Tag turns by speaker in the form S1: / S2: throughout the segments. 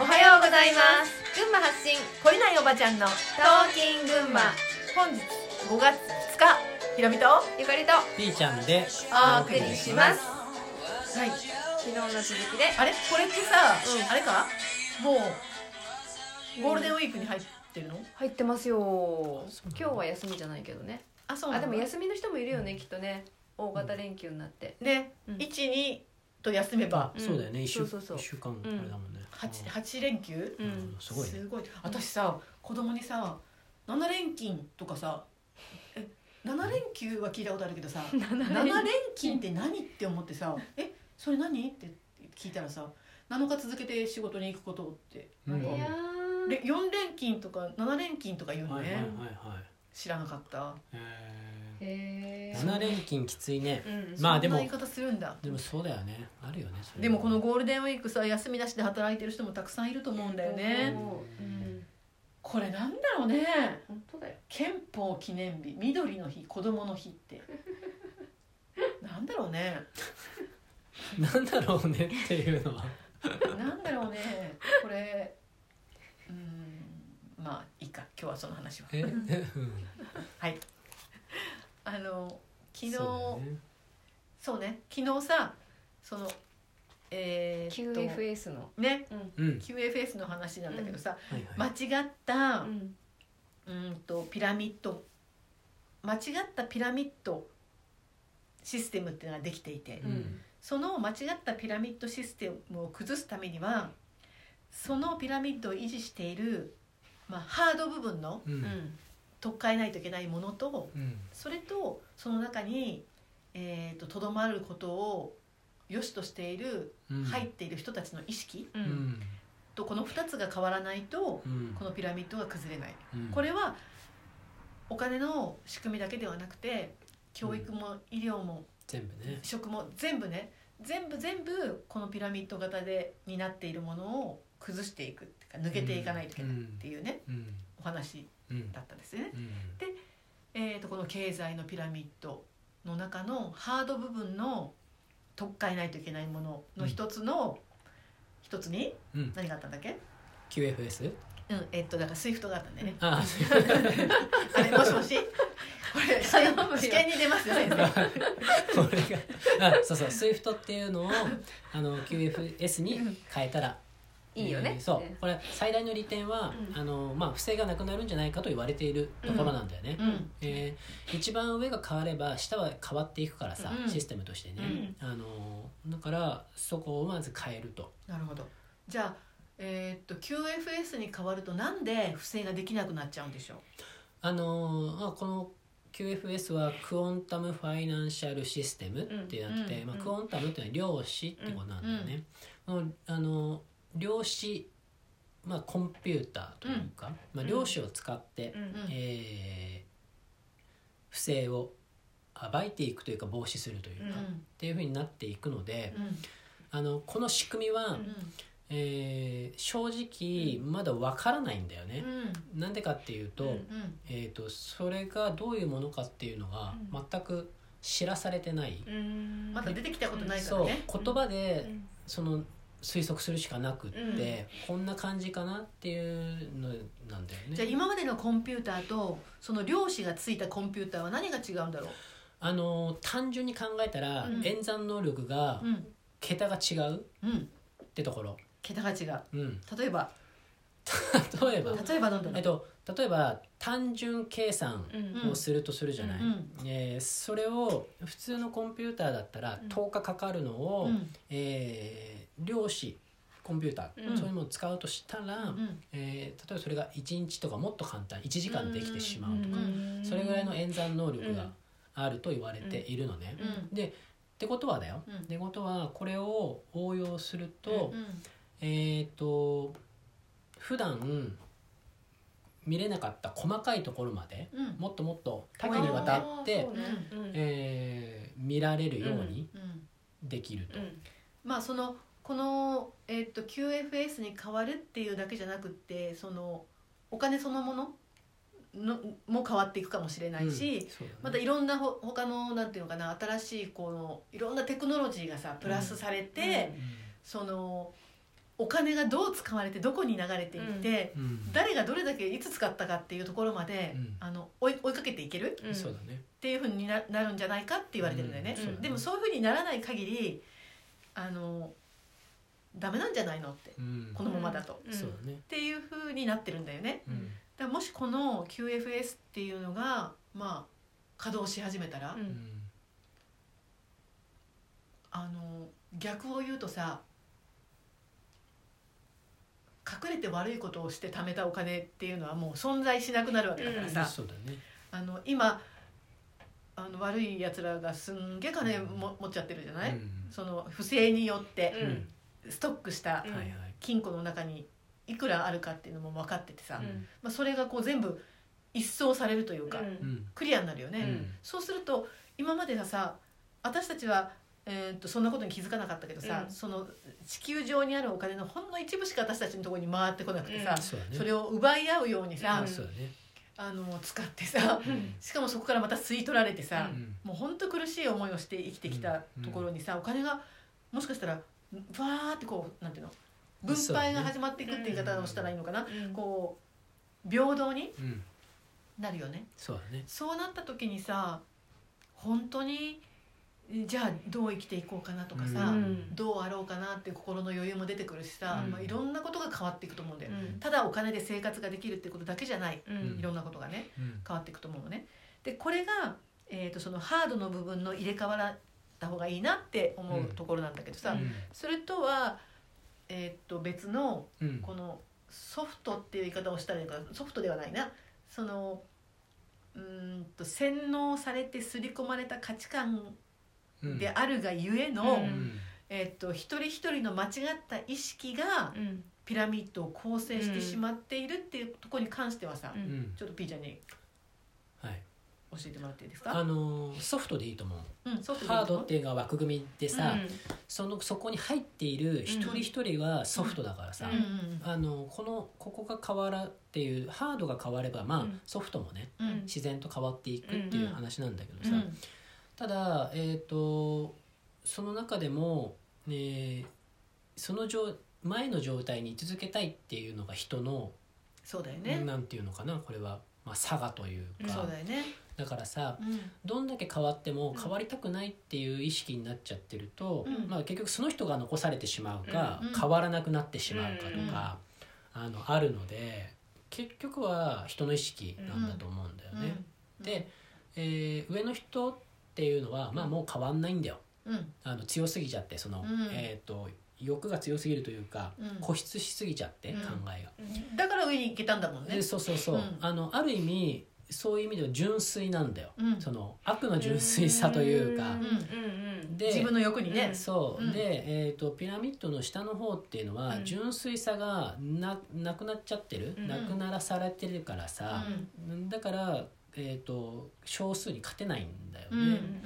S1: おはようございます群馬発信懲りないおばちゃんのトーキン群馬本日5月2日ひろみとゆかりと
S2: ピーちゃんで
S1: お送りしますはい
S3: 昨日の続きで
S1: あれこれってさ、
S3: うん
S1: あれかもうゴールデンウィークに入ってるの、
S3: 入ってますよ
S2: そう
S3: 今日は休みじゃないけどね
S1: あそうな
S3: あ
S1: ん
S3: で
S1: だ
S3: も休みの人もいるよねきっとね大型連休になって
S1: で、
S3: うん
S1: 一二12と休めば
S3: うん
S2: そうだよね一週
S3: そうそうそう
S2: 一週間これだもんね
S1: 8, 八連休
S3: う
S2: うんんすごいね
S1: すごい私さ子供にさ7連勤とかさえ7連休は聞いたことあるけ どさ7連勤って何って思ってさ「えそれ何?」って聞いたらさ7日続けて仕事に行くことってなんか、
S2: うん
S3: いやー
S1: れ4連勤とか7連勤とか言うの
S2: はい
S1: ね、
S2: はいはいはい
S1: 知らなかった
S2: え
S3: へ
S2: ー
S3: ー
S2: 七連勤きついね
S3: うん
S2: まあでも
S1: そんな言い方するんだ
S2: でもそうだよねあるよねそれ
S1: でもこのゴールデンウィークさ休みなしで働いてる人もたくさんいると思うんだよね
S3: うん
S1: これなんだろうね
S3: 本当だよ
S1: 憲法記念日緑の日子供の日ってなんだろうね
S2: なんだろうねっていうのは
S1: なんだろうねこれうーんまあいいか今日はその話は
S2: えうん
S1: はいあの昨日
S2: そうだよ
S1: そう,、
S2: ね
S1: ね昨日さそのえーっと
S3: QFS の
S1: ね
S2: うん
S1: QFS の話なんだけどさ、
S2: はい
S1: 間
S2: はい
S1: 違った、
S3: うん
S1: うーんとピラミッド間違ったピラミッドシステムっていうのができていて、
S2: うん
S1: その間違ったピラミッドシステムを崩すためにはそのピラミッドを維持している、まあ、ハード部分の
S2: う
S3: うんん
S1: 取っ換えないといけないものと
S2: うん
S1: それとその中にえーととど、まることを良しとしている、
S2: うん
S1: 入っている人たちの意識
S3: う
S2: うんん
S1: とこの2つが変わらないと
S2: うん
S1: このピラミッドが崩れない。
S2: うん
S1: これはお金の仕組みだけではなくて教育も医療も
S2: 全部ね
S1: 食も全部ね全部全部このピラミッド型でになっているものを崩していくっていうか抜けていかないといけないっていうね
S2: うん
S1: お話
S2: うん
S1: だったんですね。
S2: うん
S1: えー、とこの経済のピラミッドの中のハード部分の取っ換えないといけないものの一つの、一つに
S2: うん
S1: 何があったんだっけ、
S2: QFS
S1: うんえっとだからスイフトがあったんだよね。
S2: あ
S1: あれもしも しこれ
S3: 頼 むよ
S1: 試験に出ますよ 先生。
S2: これがあそうそう SWIFT っていうのをあの QFS に変えたら
S3: いいよね
S2: えーそう
S3: ね
S2: これ最大の利点は、
S3: うん
S2: あのまあ、不正がなくなるんじゃないかと言われているところなんだよね、
S1: うん
S2: えー一番上が変われば下は変わっていくからさ、
S1: うん
S2: システムとしてね、あのだからそこをまず変えると
S1: なるほどじゃあ、えーっと QFS に変わるとなんで不正ができなくなっちゃうんでしょう
S2: あのまあこの QFS はクオンタムファイナンシャルシステムってなって、
S1: うん
S2: まあ、
S1: うん
S2: クオンタムっていうのは量子ってことなんだよね、このあの量子、まあ、コンピューターというか、まあ、量子を使って、
S3: うん
S1: うん
S2: えー不正を暴いていくというか防止するというか、
S3: うん
S2: っていうふうになっていくので、
S1: うん
S2: あのこの仕組みは、えー正直まだわからないんだよね。なんでかっていうと,、
S3: うん
S1: うん
S2: えー、とそれがどういうものかっていうのが
S3: うん
S2: 全く知らされてない、
S3: うん
S1: まだ出てきたことないか
S2: そ
S1: ら
S2: う
S1: ね
S2: 言葉で
S3: うん
S2: その推測するしかなくって、
S3: うん
S2: こんな感じかなっていうのなんだよね。
S1: じゃあ今までのコンピューターとその量子がついたコンピューターは何が違うんだろう
S2: あの単純に考えたら、
S1: うん
S2: 演算能力が
S1: うん、
S2: 桁が違う
S1: うん、
S2: ってところ、
S1: 桁が違う
S2: うん、
S1: 例えば
S2: 例えば、
S1: 例えばなんだろう、
S2: えっと、例えば単純計算
S3: うん
S2: をするとするじゃない、
S1: うん
S2: えーそれを普通のコンピューターだったら
S3: うん
S2: 10日かかるのを、
S1: うん
S2: えー量子コンピューター、
S3: うん
S2: そういうのを使うとしたら、
S1: うん
S2: えー例えばそれが1日とかもっと簡単1時間できてしまうとか、
S3: うん
S2: それぐらいの演算能力
S3: う
S2: が
S3: ん
S2: あると言われているのね。
S1: うん
S2: でってことはだよ、
S1: うん
S2: ってことはこれを応用すると、
S1: うん
S2: えっ、と普段見れなかった細かいところまで
S1: うん
S2: もっともっと多岐にわたっ
S3: あ
S2: て、
S3: ーそうねうん
S2: えー見られるように
S1: うん
S2: できると。
S3: うん
S1: まあそのこの、えっと QFS に変わるっていうだけじゃなくってそのお金そのもののも変わっていくかもしれないし、
S2: うんそうだね
S1: またいろんなほ他のなんていうのかな新しいこのいろんなテクノロジーがさプラスされて、
S2: うん
S1: そのお金がどう使われてどこに流れていって、
S2: うん
S1: 誰がどれだけいつ使ったかっていうところまで、
S2: うん
S1: あの追い追いかけていける
S3: うん
S2: そうだね
S1: っていうふうにななるんじゃないかって言われてるんだよね、
S3: うんそうだね
S1: でもそういうふうにならない限りあのダメなんじゃないのって
S2: うん
S1: このままだと、っ
S3: うん
S2: そうだね
S1: ていうふうになってるんだよね
S2: う
S3: うんん
S1: だからもしこの QFS っていうのがまあ稼働し始めたら、
S3: う
S2: うんん
S1: あの逆を言うとさ隠れて悪いことをして貯めたお金っていうのはもう存在しなくなるわけだからさ、
S2: そうだね
S1: あの今あの悪いやつらがすんげえ金も持っちゃってるじゃない、
S2: うん
S1: その不正によって
S3: うん
S1: ストックした
S2: はいはい
S1: 金庫の中にいくらあるかっていうのも分かっててさ、
S2: うん
S1: まあ、それがこう全部一掃されるという
S3: うん
S1: か、
S2: うん
S1: クリアになるよね、
S2: うん
S1: そうすると今までがさ私たちは、えーっとそんなことに気づかなかったけどさ、
S3: うん
S1: その地球上にあるお金のほんの一部しか私たちのところに回ってこなくてさ、
S2: そうだね
S1: それを奪い合うようにさ、
S3: うん
S2: そうだね
S1: あの使ってさ
S3: うん
S1: しかもそこからまた吸い取られてさ、
S2: うん
S1: もう本当苦しい思いをして生きてきたところにさ、お金がもしかしたらわーってこうなんていうの分配が始まっていくって言い方をしたらいいのかな、
S3: うん
S1: こう平等に
S2: うん
S1: なるよね。
S2: そうだね
S1: そうなった時にさ本当にじゃあどう生きていこうかなとかさ、
S2: うん
S1: どうあろうかなっていう心の余裕も出てくるしさ、
S2: うん
S1: まあ、いろんなことが変わっていくと思うんだよ、
S3: うん
S1: ただお金で生活ができるってことだけじゃない
S3: うん
S1: いろんなことがね
S2: うん
S1: 変わっていくと思うのね。でこれが、えー、とそのハードの部分の入れ替わらた方がいいなって思うところなんだけどさ、
S3: うん
S1: それとは、えー、と別の
S2: うん
S1: このソフトっていう言い方をしたらいいのかなソフトではないなそのうーんと洗脳されて刷り込まれた価値観
S2: うん
S1: であるがゆえの、
S3: うん
S2: うん
S1: えっと一人一人の間違った意識が
S3: うん
S1: ピラミッドを構成して
S3: うん
S1: しまっているっていうところに関してはさ、
S3: うん
S2: うん
S1: ちょっとピーちゃんに
S2: はい
S1: 教えてもらっていいです
S2: あ
S1: か、
S2: のーソフトでいいと思う
S1: うん、ソフトでいい
S2: ハー
S1: と
S2: ド
S1: 思
S2: っ
S1: う
S2: ていうのが枠組みでさ、そのそこに入っている一人一人はソフトだからさ、
S3: うん
S2: あのこのここが変わらっていうハードが変わればまあ、
S3: うん
S2: ソフトもね
S1: うんうんうん
S2: 自然と変わっていくっていう話なんだけど
S1: う
S2: さ、
S1: ん
S2: ただえっ、とその中でも、えーその状前の状態に居続けたいっていうのが人の、
S1: そうだよね、
S2: なんていうのかなこれは、まあ、差がというか、
S1: そうだよね、
S2: だからさ
S1: うん
S2: どんだけ変わっても
S3: うん
S2: 変わりたくないっていう意識になっちゃってると、
S1: うん
S2: まあ、結局その人が残されてしまうか、
S1: うんうん
S2: 変わらなくなってしまうかとか、あのあるので結局は人の意識なんだと思うんだよね。
S1: うん
S2: で、えー上の人っていうのは、まあ、もう変わんないんだよ
S1: うん
S2: あの強すぎちゃってその、
S1: うん
S2: えー、と欲が強すぎるというか、
S1: うん
S2: 固執しすぎちゃって、
S1: うん
S2: 考えが。
S1: だから上に行けたんだもんね
S2: でそうそうそう、
S1: うん
S2: あのある意味そういう意味では純粋なんだよ。
S1: うん
S2: その悪の純粋さというか、
S3: うんうん
S2: で
S1: 自分の欲にね、
S2: そう、
S1: うん
S2: で、えー、とピラミッドの下の方っていうのは、
S3: うん
S2: 純粋さがななくなっちゃってる、
S3: うん
S2: なくならされてるからさ、だから、えー、と少数に勝てないんだよ
S1: う
S2: ね、
S1: んうん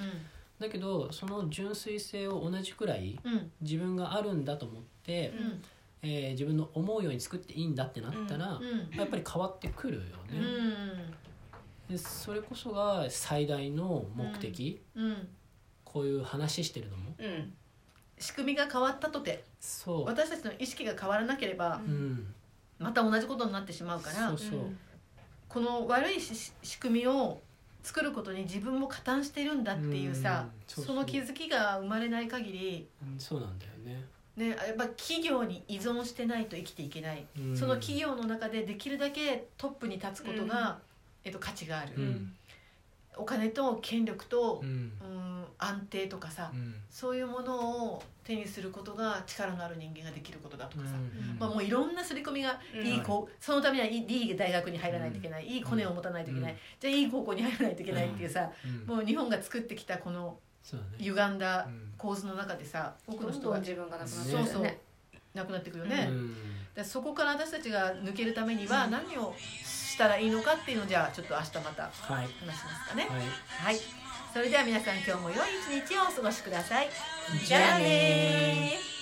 S2: だけどその純粋性を同じくらい
S1: うん
S2: 自分があるんだと思って、
S1: うん
S2: えー自分の思うように作っていいんだってなったら、
S1: う
S2: やっぱり変わってくるよ
S1: ん
S2: ね、でそれこそが最大の目的、
S1: うんうん
S2: こういう話してるのも
S3: うん
S1: 仕組みが変わったとて
S2: そう
S1: 私たちの意識が変わらなければ
S2: うん、
S1: また同じことになってしまうから
S2: そうそう、
S1: この悪いし仕組みを作ることに自分も加担してるんだっていうさ、
S2: うん
S1: そう
S2: う
S1: の気づきが生まれない限り、
S2: うんそうなんだよね、
S1: ね、やっぱ企業に依存してないと生きていけない、
S2: うん
S1: その企業の中でできるだけトップに立つことが、えっと、価値がある、
S2: うん
S1: お金と権力と
S2: う、
S1: う
S2: ん
S1: ん、安定とかさ、
S2: うん
S1: そういうものを手にすることが力のある人間ができることだとかさ、
S2: うん
S1: まあ、もういろんな刷り込みが
S3: うん
S1: いい子、そのためにはいいいい大学に入らないといけない、いいコネを持たないといけない、
S2: うん
S1: じゃあいい高校に入らないといけないっていうさ、
S2: うん
S1: もう日本が作ってきたこの
S2: そうだね
S1: 歪んだ
S2: うん
S1: 構図の中でさ多く
S3: ど
S1: の
S3: ん
S1: 人
S3: どん
S1: が
S3: 自分がなくなって
S2: どん
S1: そうそう、
S3: ね
S1: なくなってくるよ
S3: う
S1: ね、だからそこから私たちが抜けるためには何をしたらいいのかっていうのをじゃあちょっと明日また
S2: はい
S1: 話しますかね。
S2: はい
S1: はい、それでは皆さん今日も良い一日をお過ごしください。
S2: じゃあねー
S1: じゃあねー